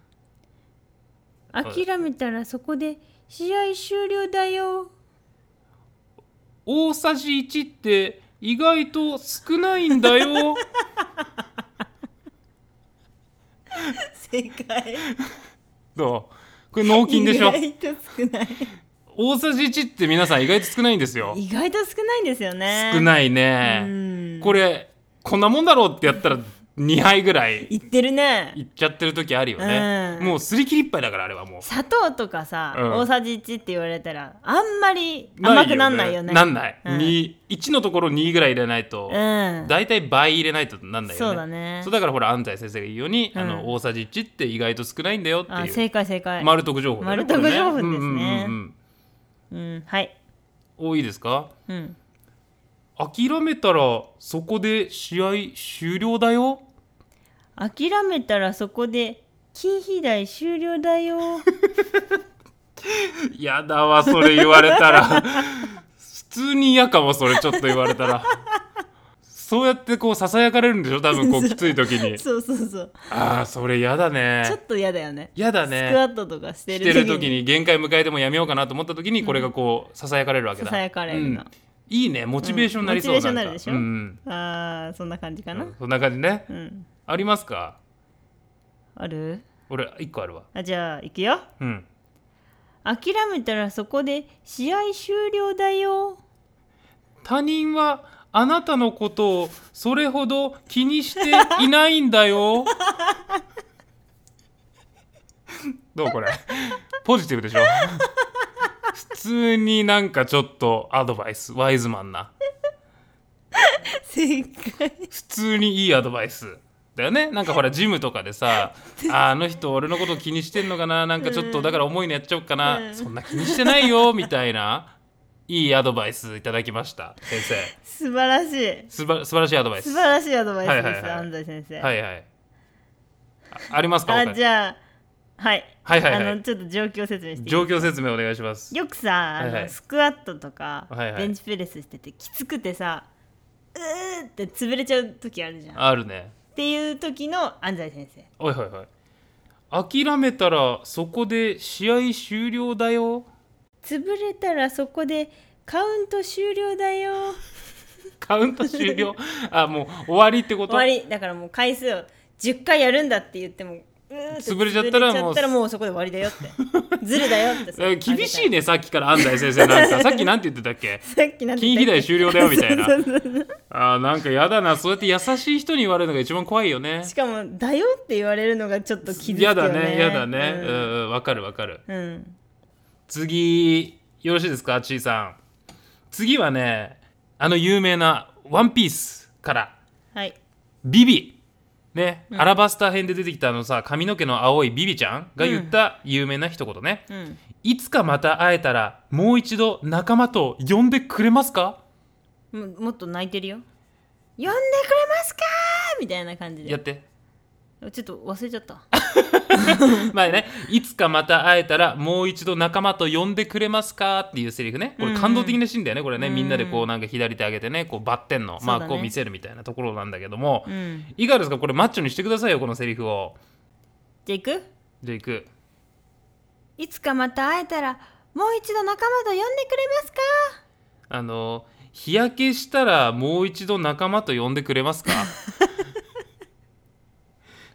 B: 諦めたらそこで試合終了だよ
A: 大さじ1って意外と少ないんだ よ
B: 正解
A: どうこれ脳筋でしょ
B: 意外と少ない
A: 大さじ1って皆さん意外と少ないんですよ
B: 意外と少ないんですよね
A: 少ないね
B: ね
A: これこんなもんだろうってやったら2杯ぐらい
B: 言ってるね
A: いっちゃってる時あるよね、
B: うん
A: もうすり切り一杯だからあれはもう
B: 砂糖とかさ、
A: うん
B: 大さじ1って言われたらあんまり甘くなんないよね
A: なんない、
B: うん
A: 二1のところ2ぐらい入れないと、
B: うん
A: 大体倍入れないとなんないよね
B: そうだね
A: そうだからほら安西先生が言うように、
B: うん
A: あの大さじ1って意外と少ないんだよって
B: あ
A: いう
B: 正解正解、
A: 丸得情報だね
B: 丸得情報
A: これ
B: ですね
A: うんうんうん
B: うんはい、
A: うんおいいですか
B: うん、
A: 諦めたらそこで試合終了だよ
B: 諦めたらそこで金肥大終了だよ
A: やだわそれ言われたら普通に嫌かもそれちょっと言われたらそうやってこうささやかれるんでしょ多分こうきつい時に
B: そうそうそう
A: ああそれやだ
B: ちょ
A: ね
B: っと嫌だよね
A: やだ
B: スクワ
A: ね
B: ットとかし
A: しててる
B: る時に
A: 時に限界迎えてもやめようかなと思った時にこれがこうささやかれるわけだ
B: ささやかれるの
A: うんいいねモチベーションになりそう
B: うんモチベーションになる
A: んか
B: でしょ
A: うん
B: あーそんな感じか
A: う
B: な、
A: んそんな感じね
B: うん、
A: ありますか
B: ある
A: 俺一個あるわ
B: あじゃあ行くよ
A: うん
B: 諦めたらそこで試合終了だ よ
A: 他人はあなたのことをそれほど気にしていないんだよ。 どうこれポジティブでしょ普通になんかちょっとアドバイスワイズマンな
B: 正解
A: 普通にいいアドバイスだよねなんかほらジムとかでさああの人俺のこと気にしてんのかななんかちょっとだから重いのやっちゃおうかな、
B: うん
A: そんな気にしてないよみたいないいアドバイスいただきました先生
B: 素晴らしい
A: すば素晴らしいアドバイス
B: 素晴らしいアドバイスです、
A: はいはいはい
B: 安西先生、
A: はいはい。あありますか
B: あじ
A: ゃ
B: ゃあはい、
A: はいはいはい
B: あのちょっと状況説明していい
A: 状況説明お願いします。
B: よくさあの、
A: はいはい
B: スクワットとか、
A: はいはい
B: ベンチプレスしててきつくてさうーって潰れちゃう時あるじゃんっ
A: あるね。
B: ていう時の安西先生
A: おいおいおい。諦めたらそこで試合終了だよ。
B: 潰れたらそこでカウント終了だよ
A: カウント終了。あ、もう終わりってこと
B: 終わりだからもう回数を10回やるんだって言ってもうーって
A: 潰れちゃったらもう
B: 潰れちゃったらもうそこで終わりだよって ずるだよってさ
A: え厳しい
B: ね
A: ね、さっきから安西先生なん か。さっきなんて言ってたっけ
B: さっきなんて
A: 金
B: 言
A: 肥
B: ったっ
A: 大
B: け
A: 終了だよみたい
B: そ
A: な
B: う。そうそう
A: あーなんかやだな。そうやって優しい人に言われるのが一番怖いよね
B: し。かも「だよ」って言われるのがちょっと傷つくよ
A: 嫌だ
B: ね
A: ね、嫌だね。うんうん、わかるわかる。
B: うん、うん
A: 次よろしいですかちいさん次はねあの有名な「ワンピースから
B: はい
A: 「ビビ」ね、アラバスタ編で出てきたあのさ髪の毛の青いビビちゃんが言った有名な一言ね、
B: うん
A: いつかまた会えたらもう一度仲間と呼んでくれますか
B: ももっと泣いてるよ「呼んでくれますか?」みたいな感じ
A: や
B: で
A: って
B: ちょっと忘れちゃった
A: まあねいつかまた会えたらもう一度仲間と呼んでくれますかっていうセリフねこれ感動的なシーンだよねこれね、みんなでこうなんか左手上げてねこうバッテンの
B: そう
A: マ
B: だね
A: ークを見せるみたいなところなんだけども、
B: うん
A: いかがですかこれマッチョにしてくださいよこのセリフを
B: じゃあいく
A: じゃあいく
B: いつかまた会えたらもう一度仲間と呼んでくれますか
A: あの日焼けしたらもう一度仲間と呼んでくれ ますか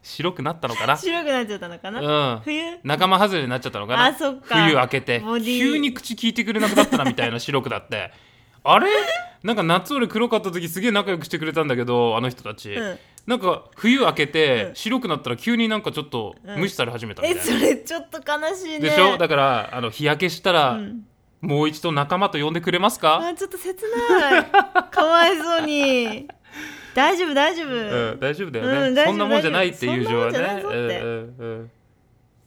A: 白くなったのかな
B: 白くなっちゃったのかな、
A: うん
B: 冬
A: 仲間外れになっちゃったのかな
B: あそっか
A: 冬明けて
B: ボディ
A: 急に口聞いてくれなくなったなみたいな白くだ ってあれなんか夏俺黒かった時すげえ仲良くしてくれたんだけどあの人たち、
B: うん
A: なんか冬明け
B: う
A: て
B: ん
A: 白くなったら急になんかちょっと無視され始めたみたい
B: え
A: な、
B: それちょっと悲しいね
A: でしょだからあの日焼けしたら、
B: うん
A: もう一度仲間と呼んでくれますか、
B: あちょっと 切ないかわいそうに大丈夫大丈夫、
A: うん、大丈夫だよね、
B: うん大丈夫
A: そんなもんじゃないっていう情はね
B: そんなもんじゃないぞって
A: うんうんうん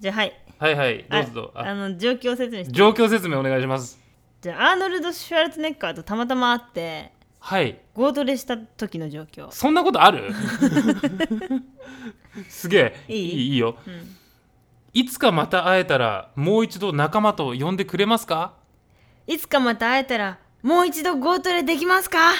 B: じゃあはい
A: はいはいどうぞどうぞ
B: あ
A: あ
B: あの状況説明して
A: 状況説明お願いします
B: じゃあアーノルド・シュワルツェネッカーとたまたま会って
A: はい
B: ゴートレした時の状況
A: そんなことあ るすげえ
B: いい
A: いいよ、
B: ん
A: いつかまた会えたらもう一度仲間と呼んでくれますか
B: いつかまた会えたらもう一度ゴートレで きますか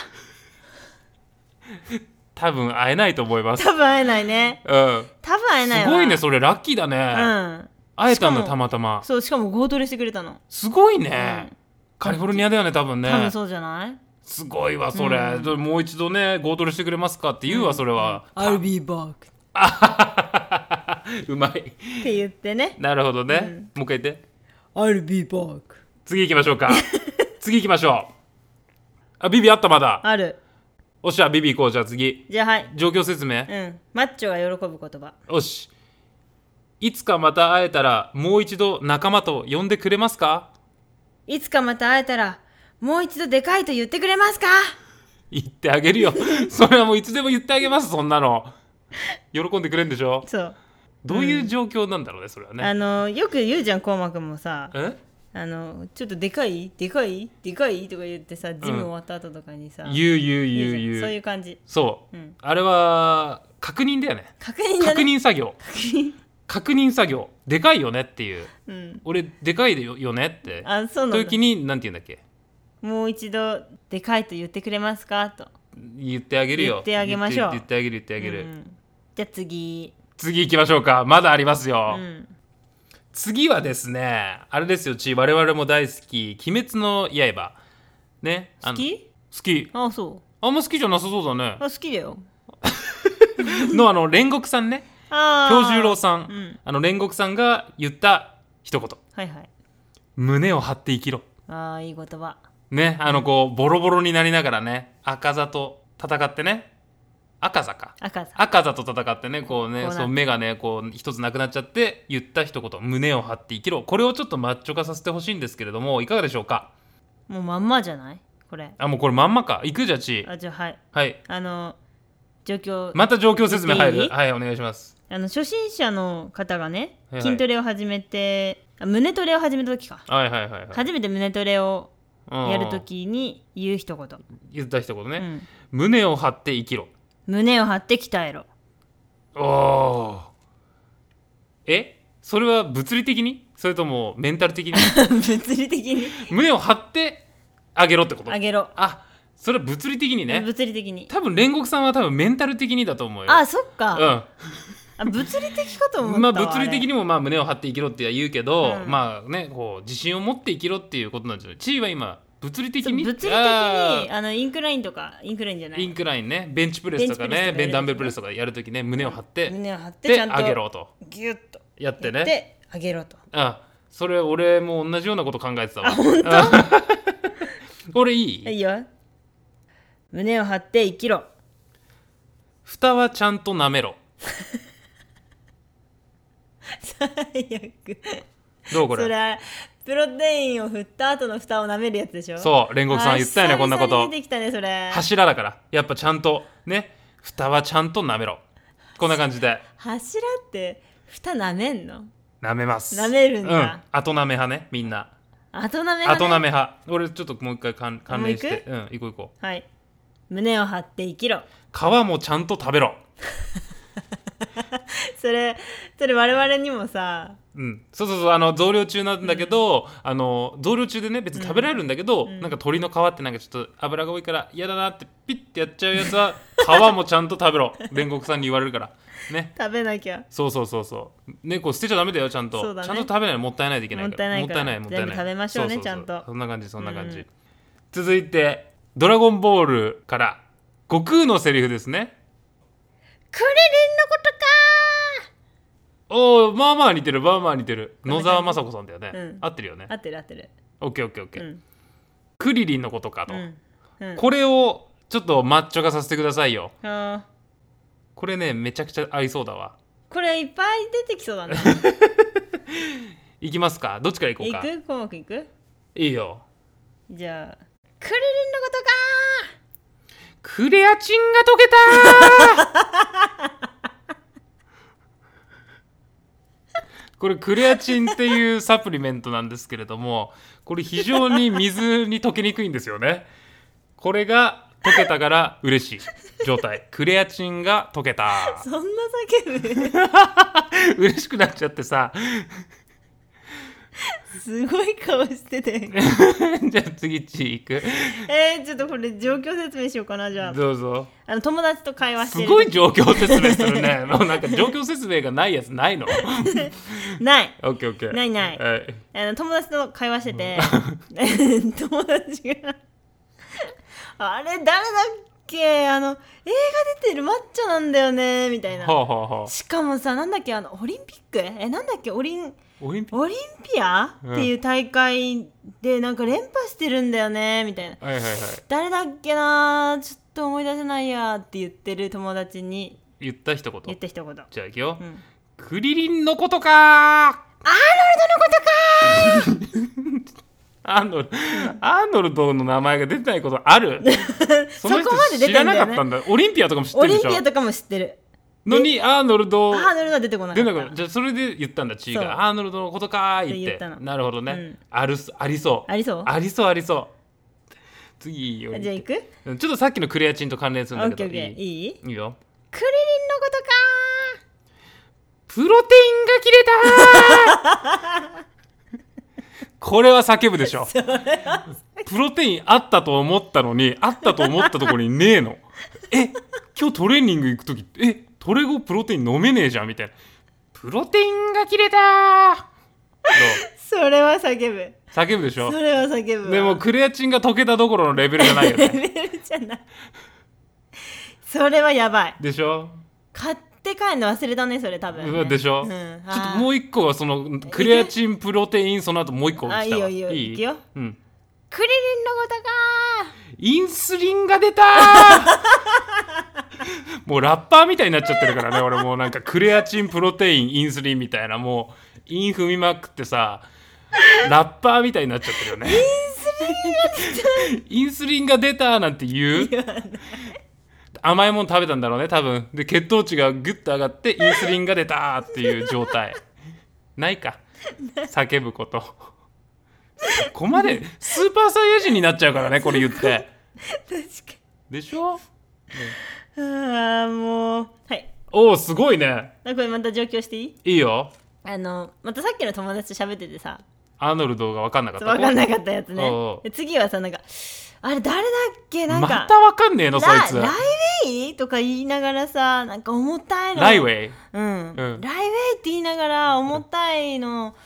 A: 多分会えないと思います
B: 多分会えないね
A: うん
B: 多分会えない
A: す
B: わ
A: ごいねそれラッキーだね、
B: うん
A: 会えたん
B: しか
A: だ
B: も
A: たまたま
B: そうしかもゴートレしてくれたの
A: すごいね、
B: うん
A: カリフォルニアだよね多分ね
B: 多分そうじゃない
A: すごいわそれ、
B: うん
A: でもう一度ねゴートレしてくれますかって言うわそれ は、
C: I'll be back
A: うまい
B: って言ってね
A: なるほどね、もう一回言って
C: I'll be back
A: 次行きましょうか次行きましょうあビビあったまだ
B: ある
A: おっしゃビビ行こうじゃあ次
B: じゃあはい
A: 状況説明
B: うんマッチョが喜ぶ言葉
A: よしいつかまた会えたらもう一度仲間と呼んでくれますか
B: いつかまた会えたらもう一度でかいと言ってくれますか
A: 言ってあげるよ それはもういつでも言ってあげますそんなの喜んでくれるんでしょ
B: そう
A: どういう状況なんだろうねそれはね
B: あのよく言うじゃんこうまくんもさ
A: え
B: あのちょっとでかいでかいでかいとか言ってさジム終わった後とかにさ、
A: 言う言う言う
B: 言うじゃん
A: 言う
B: そういう感じ
A: そう、
B: うん
A: あれは確認だよね
B: 確認だ
A: 確
B: ね
A: 認作業確認作業でかいよねっていう
B: うん
A: 俺でかいよよねって
B: あそうなんだ
A: 時に何て言うんだっけ
B: もう一度でかいと言ってくれますかと
A: 言ってあげるよ
B: 言ってあげましょう
A: 言って言ってあげる言ってあげる、
B: うんじゃあ次
A: 次行きましょうかまだあります
B: う
A: よ、
B: ん
A: 次はですねあれですよち我々も大好き「鬼滅の刃」ねあ
B: 好
A: の
B: き
A: 好き
B: あそう
A: あんま好きじゃなさそうだね
B: あ好きだよ
A: のあの煉獄さんね
B: ああ
A: 京十郎さん、
B: うん
A: あの煉獄さんが言った一言
B: はいはい
A: 「胸を張って生きろ
B: ああいい言葉」
A: ねあのこうボロボロになりながらね赤座と戦ってね赤座か
B: 赤さ
A: 赤座と戦ってねこう
B: こう
A: ね
B: な
A: そう目がねこう一つなくなっちゃって言った一言「胸を張って生きろ」これをちょっとマッチョ化させてほしいんですけれどもいかがでしょうか
B: もうまんまじゃないこれ
A: あもうこれまんまか行くじゃち
B: あじゃあはい
A: はい
B: あの状況、
A: また状況説明入
B: 言ってい
A: る
B: い
A: はいお願いします
B: あの初心者の方がね
A: はいはい
B: 筋トレを始めて、あ胸トレを始めた時か、
A: はいはいはいは
B: 初めて胸トレを
A: い
B: やる
A: と
B: 時に言う一言、
A: 言った一言ね、
B: うん
A: 胸を張って生きろ
B: 胸を張って鍛えろ
A: おーえそれは物理的にそれともメンタル 的に
B: 物理 的に
A: 胸を張ってあげろってこと
B: 上げろ、
A: あそれは物理的にね
B: 物理的に
A: 多分煉獄さんは多分メンタル的にだと思うよ
B: あそっか、
A: うん
B: あ物理的かと思った
A: まあ
B: わ
A: 物理的
B: に
A: にもまあ胸を張って生きろっては言うけど、
B: うん
A: まあねこう自信を持って生きろっていうことなんじゃない地位は今物理的
B: 物
A: に
B: 理的に
A: あ
B: あ
A: ー
B: のインクラインとかインクラインじゃな
A: イ
B: い
A: ンクラインねベンチプレスとかねベ
B: ベンチプレスとかやるときね
A: ンダンベルプレスとかやるときね胸を張って、
B: 胸を張ってち
A: で
B: ゃんと
A: 上げろと
B: ギュッと
A: やって
B: やっ
A: ね
B: て上げろと
A: あそれ俺も同じようなこと考えてたわ
B: あ本
A: 当俺いい、
B: いいよ胸を張って生きろ
A: 蓋はちゃんと舐めろ
B: 最悪
A: どうこ
B: そ
A: れ
B: れはプロテインを振った後の蓋を舐めるやつでしょう
A: そう煉獄さん言ったよねこんなこと
B: 出てきたねそれ
A: 柱だからやっぱちゃんとね蓋はちゃんと舐めろこんな感じで
B: 柱って蓋舐めんの
A: 舐めます
B: 舐めるんだ
A: うん、後舐め派ねみんな
B: 後舐め派ね
A: 後舐め派俺ちょっともう一回関関連してうん行こう行こう
B: はい胸を張って生きろ
A: 皮もちゃんと食べろ
B: それそれ我々にもさ
A: うん、そうそうそうあの増量中なんだけど、あの増量中でね別に食べられるんだけど、なんか鶏の皮ってなんかちょっと油が多いから嫌だなってピッてやっちゃうやつ は皮もちゃんと食べろ煉獄さんに言われるからね
B: 食べなきゃ
A: そうそうそうそうねこう捨てちゃダメだよちゃんと、
B: そうだね
A: ちゃんと食べないもったいないといけないから
B: もったいないか
A: もっ
B: ら
A: たいないもったいない
B: 全部食べましょうね
A: そそそ
B: ちゃんと
A: そんな感じそんな感じ、
B: うん
A: 続いて「ドラゴンボール」から悟空のセリフですね
B: クリリンのことか
A: おおまあまあ似てるまあまあ似てる
B: んな
A: 野
B: 感じ
A: 沢雅子さんだよね、
B: うん
A: 合ってるよね
B: 合ってる合ってる
A: オッケーオッケーオッケ
B: う
A: ー、
B: ん
A: クリリンのことかと、
B: うんうん
A: これをちょっとマッチョ化させてくださいよ
B: あ
A: これねめちゃくちゃ合いそうだわ
B: ーこれいっぱ い出てきそうだね
A: いきますかどっちからいこう
B: 行
A: か
B: く項目行く
A: いいよ
B: じゃあクリリンのことか
A: クレアチンが溶けた これクレアチンっていうサプリメントなんですけれどもこれ非常に水に溶けにくいんですよねこれが溶けたから嬉しい状態クレアチンが溶けた
B: そんな叫ぶ
A: 嬉しくなっちゃってさ
B: すごい顔してて
A: じゃあ次ちいく
B: えー、ちょっとこれ状況説明しようかなじゃあ
A: どうぞ
B: あの友達と会話して
A: す
B: る
A: ごい状況説明するねもうなんか状況説明がないやつないの
B: ない
A: オッケーオッケー
B: ないない
A: はい
B: あの友達と会話してて 友達が 「あれ誰だっけあの映画出てるマッチョなんだよね」みたいな
A: はあはあはあ
B: しかもさなんだっけあのオリンピックえなんだっけオリン
A: オリンピッ
B: オリンピア
A: うん
B: っていう大会でなんか連覇してるんだよねみたいな
A: クはいはいはい
B: 誰だっけなちょっと思い出せないやって言ってる友達に
A: 言った一
B: 言っ
A: 言
B: て一言、う
A: じゃあいくよ、
B: ん、
A: クリリンのことか アーノルドのことかアーノルドの名前が出てないことあるその人
B: そこまで出て
A: 知
B: んだよ
A: ら
B: ね
A: なかったんだオリンピアとかも知って
B: オ
A: るで
B: リン
A: しょ
B: ピアとかも知ってる
A: のにアーノルド
B: アーノルドは出てこなか
A: で
B: っ
A: な
B: た
A: んかじゃあそれで言ったんだチー
B: そう
A: がアーノルドのことかーいって
B: って言ったの
A: なるほどね、
B: うん
A: あるありそう
B: ありそう
A: ありそうありそう次いいよ
B: じゃあ行く
A: うんちょっとさっきのクレアチンと関連す
B: オ
A: るんだ
B: ッケ
A: け
B: ー
A: ど
B: オッケー
A: いいい
B: いい
A: いよ
B: クリリンのことか
A: プロテインが切れたーこれは叫ぶでしょプロテインあったと思ったのにあったと思ったところにねえのえ今日トレーニング行く時えトレ後プロテイン飲めねえじゃんみたいなプロテインが切れたーどう
B: それは叫ぶ
A: 叫ぶでしょ
B: それは叫ぶわ
A: で もクレアチンが溶けたどころのレベルじゃないよ
B: レ
A: ね
B: ベルじゃないそれはやばい
A: でしょ
B: 買って帰るの忘れたねそれ多分、
A: うわでしょ
B: うん、
A: ち
B: ち
A: ょっともう一個はそのクレアチンプロテインその後もう一個来たわ
B: あいいよいいよいくよ
A: うん
B: クリリンのことか
A: インスリンが出たーもうラッパーみたいになっちゃってるからね俺もうなんかクレアチンプロテインインスリンみたいなもうイン踏みまくってさラッパーみたいになっちゃってるよねインスリンが出たーなんて言う甘いもの食べたんだろうね多分で血糖値がグッと上がってインスリンが出たーっていう状態ないか叫ぶことここまでスーパーサイヤ人になっちゃうからねこれ言って
B: 確
A: でしょ
B: かにああもうはい
A: おおすごいね
B: あこれまた上京していい
A: いいよ
B: あのまたさっきの友達と喋っててさ
A: アーノルドが分かんなかった
B: 分かんなかったやつね
A: おうおう
B: で次はさなんかあれ誰だっけなん
A: ま
B: か、
A: た分かんねえのそい
B: ラ
A: つ
B: ライウェイとか言いながらさなんか重たいの
A: ライウェイ
B: うん、
A: うん
B: ライウェイって言いながら重たいの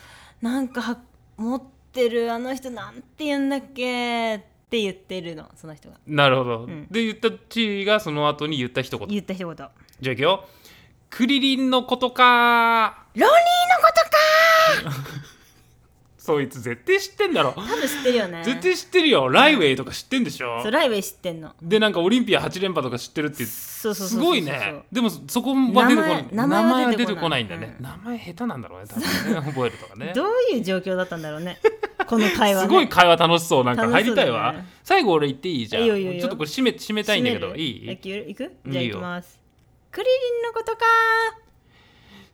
B: なんかは持ってるあの人なんて言うんだっけって言ってるのその人が
A: なるほど、
B: ん
A: で言った地位がその後に言った一言
B: 言った一言「ロニーのこ
A: じゃあいくよクリリンのことか
B: とか!」
A: そいつ絶対知ってんだろ
B: 多分知ってるよね
A: 絶対知ってるよライウェイとか知ってんでしょ
B: そうライウェイ知ってんの
A: でなんかオリンピア8連覇とか知ってるって言って
B: そうそう
A: す
B: そうそう
A: ごいねでもそこは出てこない
B: 名前名前は
A: 出
B: 出
A: て
B: て
A: こ
B: こ
A: な
B: ないい
A: んだね、
B: うん
A: 名前下手なんだろうね多 分ね覚えるとかね
B: どういう状況だったんだろう ねこの会話、ね、
A: すごい会話楽しそうなんか
B: 楽
A: 入
B: し
A: り
B: そう
A: た
B: だ
A: い
B: よね
A: わ、最後俺言っていいじゃん
B: いいよいいよいいよ
A: ちょっとこれ締め締めたいんだけどい
B: い
A: い
B: いく
A: いいよ
B: じゃあいきますクリリンのことか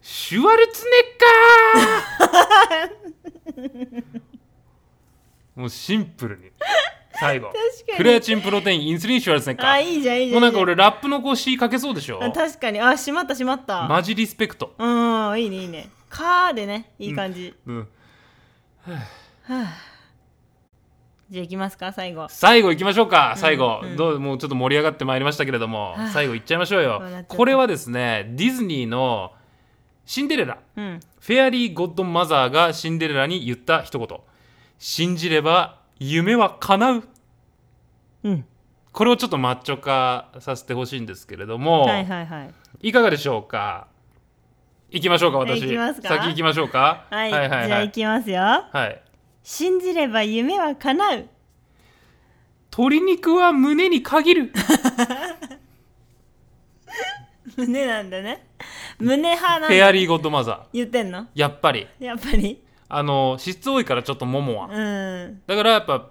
A: シュワルツネッカー もうシンプルに最後
B: 確かに
A: クレアチンプロテインインスリンシュワルツネッカー
B: あいいじゃんいいじゃん
A: もうなんか俺ラップのこう詩かけそうでしょ
B: あ確かにあしまったしまった、
A: マジリスペクト
B: うんいいねいいねかーでねいい感じ、
A: うん
B: じゃあいきますか最後
A: 最後行きましょうか最後、
B: うん
A: どうもうちょっと盛り上がってまいりましたけれども
B: あ
A: 最後行っちゃいましょうよ
B: そうなっちゃった
A: これはですねディズニーの「シンデレラ」
B: うん
A: フェアリー・ゴッド・マザーがシンデレラに言った一言信じれば夢は叶う
B: うん
A: これをちょっとマッチョ化させてほしいんですけれども、
B: は
A: い
B: いはいはい
A: かがでしょうか行きましょうか
B: はい
A: 私、
B: 行きますか
A: 先行きましょうか
B: はい、
A: はいはい
B: じゃあ
A: はいい、
B: きますよ
A: はい、
B: 信じれば夢は叶う
A: 鶏肉は胸に限る
B: 胸なんだね胸派なん
A: フェ
B: だ
A: アリー・ゴッド・マザー
B: 言ってんの
A: やっぱり
B: やっぱり
A: あの質多いからちょっとももは、
B: うん
A: だからやっぱ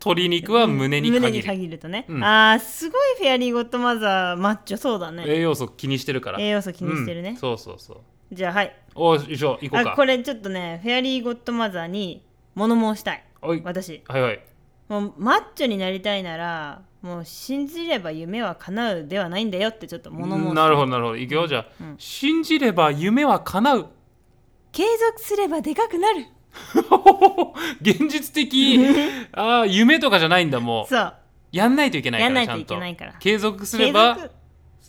A: 鶏肉は胸に
B: 胸
A: 限
B: に
A: る、
B: 限るとね、
A: うん
B: あーすごいフェアリーゴッドマザーマッチョそうだね
A: 栄養素気にしてるから
B: 栄養素気にしてるね
A: うんそうそうそう
B: じゃあはい
A: おいしょ行こう
B: あ
A: か
B: これちょっとねフェアリーゴッドマザーに物申したい
A: おい
B: 私
A: はいはい
B: もうマッチョになりたいならもう信じれば夢は叶うではないんだよってちょっと物申したい
A: なるほどなるほど行くよじゃあ、
B: うん
A: 信じれば夢は叶う
B: 継続すればでかくなる
A: 現実的ああ夢とかじゃないんだもう
B: そう
A: やんないといけないから
B: やんな
A: ちゃ
B: いと
A: んと
B: いけないから
A: 継続すれ
B: 継
A: ば
B: 続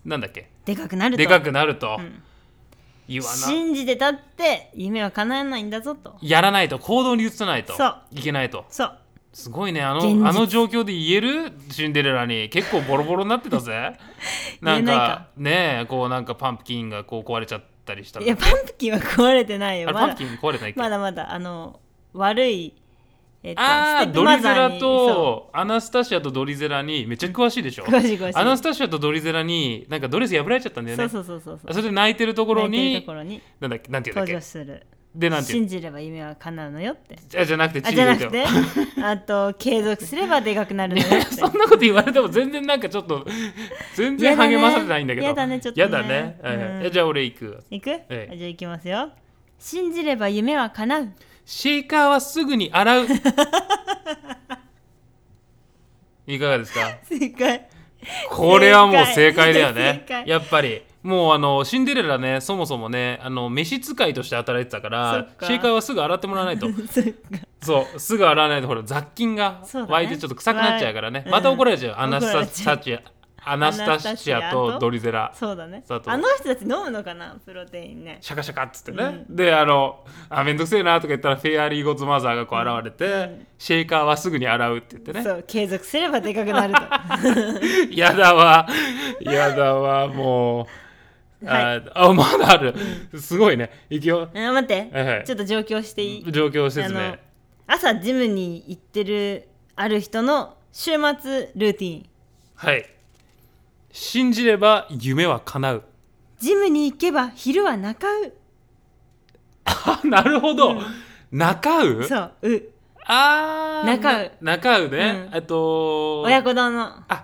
A: なんだっけ
B: でかくなると
A: でかくなると、
B: うん
A: 言わな
B: 信じてたって夢は叶えないんだぞと
A: やらないと行動に移さないと
B: そう
A: いけないと
B: そう
A: すごいねあ
B: 現実
A: のあの状況で言えるシンデレラに結構ボロボロになってたぜ
B: 言
A: な
B: え
A: ん
B: ない
A: か
B: か
A: ねえこうなんかパンプキンがこう壊れちゃったりした
B: いやパンプキンは壊れてない
A: あ
B: よ
A: れ
B: ま
A: パンプ
B: だ
A: キン壊れてないっけ
B: まだまだあの悪いえっと
A: ああ
B: ステッ
A: ド
B: プマ
A: リゼ
B: ザー
A: ラ
B: にそ
A: とアナスタシアとドリゼラにめっちゃ詳しいでしょ
B: う詳しい詳しい
A: アナスタシアとドリゼラになんかドレス破られちゃったんだよね
B: そうそうそうそう
A: それで泣いてるところ
B: 泣いてる
A: に
B: ところに
A: なんだっけなんていうんだっ
B: 登場
A: け
B: する
A: でなんていう
B: 信じれば夢は叶うのよって
A: じゃじゃなくて
B: あ
A: チ
B: じ
A: ー
B: ゃな
A: ム
B: く
A: だ
B: て
A: よ
B: あと継続すればでかくなるのよ
A: いや
B: って
A: そんなこと言われても全然なんかちょっと全然励まされてないんだけど
B: やだねちょっとね
A: やだねはいはい
B: うん
A: えじゃあ俺行く
B: いく、
A: ええ
B: じゃあいきますよ信じれば夢は叶う
A: シェイカーはすぐに 洗ういかがですか
B: 正解
A: これはもう正解だよ
B: 正
A: ね
B: 解。
A: やっぱり。もうあのシンデレラねそもそもねあの召使いとして働いてたから
B: そっか
A: シェイカーはすぐ洗ってもらわないと
B: そっか
A: そうすぐ洗わないとほら雑菌が
B: そうだね
A: 湧いてちょっと臭くなっちゃうからね
B: はい
A: また怒られちゃう、
B: うん
A: アナス
B: 怒ら
A: タ
B: れちゃう
A: シアアナスタシア
B: アナスタシア
A: と
B: と
A: ドリゼラ
B: そうだね
A: 砂糖
B: あの人たち飲むのかなプロテインね
A: シャカシャカっつってね、であのあめんどくせえなとか言ったらフェアリーゴッズマザーがこう現れて、シェイカーはすぐに洗うって言ってね
B: そう継続すればでかくなる と
A: やだわ。やだわ、もう。
B: は
A: あ、あまだある。すごいね。行くよ。
B: あ待って、
A: はいはい
B: ちょっと状況していい、
A: 状況説
B: あ
A: 明
B: の。朝ジムに行ってるある人の週末ルーティン
A: はい。信じれば夢は叶う。
B: ジムに行けば昼はなかう
A: あ、なるほど。仲う
B: そうう
A: あー。
B: 仲う
A: な仲うね
B: う。ん
A: えっと、
B: 親子丼の
A: あ、好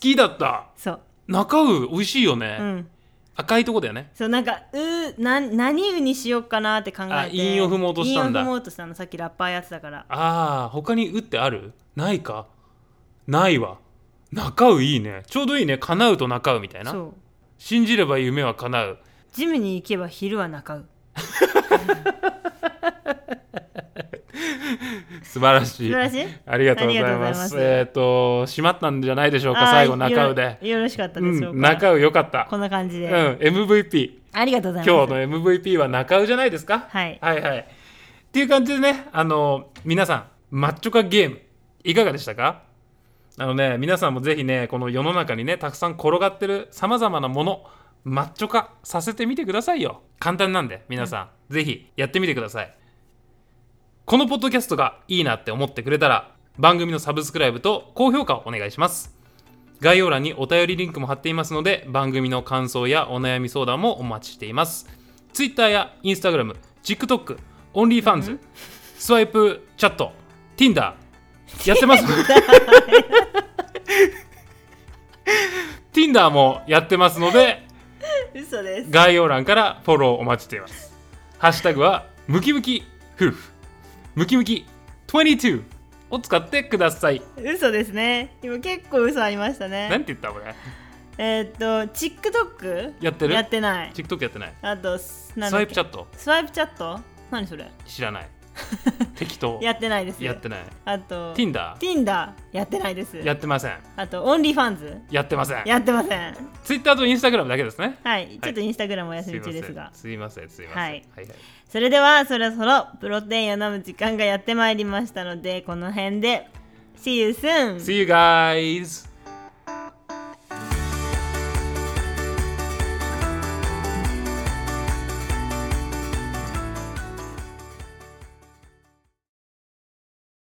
A: きだった。
B: そう
A: 仲う、美味しいよね。
B: うん
A: 赤いとこだよね。
B: そうなんかうなん何うにしようかなって考えて
A: あ韻を踏もうとしたんだ
B: 韻を踏もうとしたのさっきラッパーやってたから
A: ああ、他にうってあるないかないわ。仲ういいね。ちょうどいいね。叶うと仲うみたいな。
B: そう
A: 信じれば夢は叶う
B: ジムに行けば昼はなかう
A: 素晴らしい
B: 素晴らしい
A: ありがとうござい
B: ありがとうござい
A: ます
B: ます
A: えっ、と閉まったんじゃないでしょうか
B: あー
A: 最後中尾で
B: よよろしかった
A: う
B: でしょうか、
A: ん中尾よかった
B: こんな感じ
A: う
B: で、
A: ん MVP
B: ありがとうございま
A: 今
B: す
A: 日の MVP は中尾じゃないですか、
B: はい
A: はいはいっていう感じでねあの皆さんマッチョ化ゲームいかがでしたかあのね皆さんもぜひねこの世の中にねたくさん転がってるさまざまなものマッチョ化させてみてくださいよ簡単なんで皆さん、ぜひやってみてくださいこのポッドキャストがいいなって思ってくれたら番組のサブスクライブと高評価をお願いします概要欄にお便りリンクも貼っていますので番組の感想やお悩み相談もお待ちしています Twitter や Instagram、TikTok、OnlyFans、スワイプチャット、Tinder やってます Tinder もやってますので
B: 嘘です
A: 概要欄からフォローお待ちしています。ハッシュタグはムキムキ夫婦ムキムキ22を使ってください。
B: 嘘ですね今結構嘘ありました
A: な
B: ね
A: んて言った俺
B: えーっと TikTok
A: やってる
B: やってない
A: ?TikTok やってない。
B: あとスなん
A: ス
B: だ
A: ワ
B: っ
A: イプ
B: け
A: チャット
B: スワイプチャット何それ
A: 知ら ない。適当
B: やってないです
A: やってない。
B: あと
A: Tinder
B: Tinder やってないです
A: やってません。
B: あとオンリーファンズ
A: やってません。
B: やってません
A: Twitter と Instagram だけですね。
B: はいちょっとインスタグラムお休み中ですが
A: すいません。すいません。すいません。
B: はい
A: はいはい
B: それではそろそろプロテインを飲む時間がやってまいりましたのでこの辺で See you soon!
A: See you guys!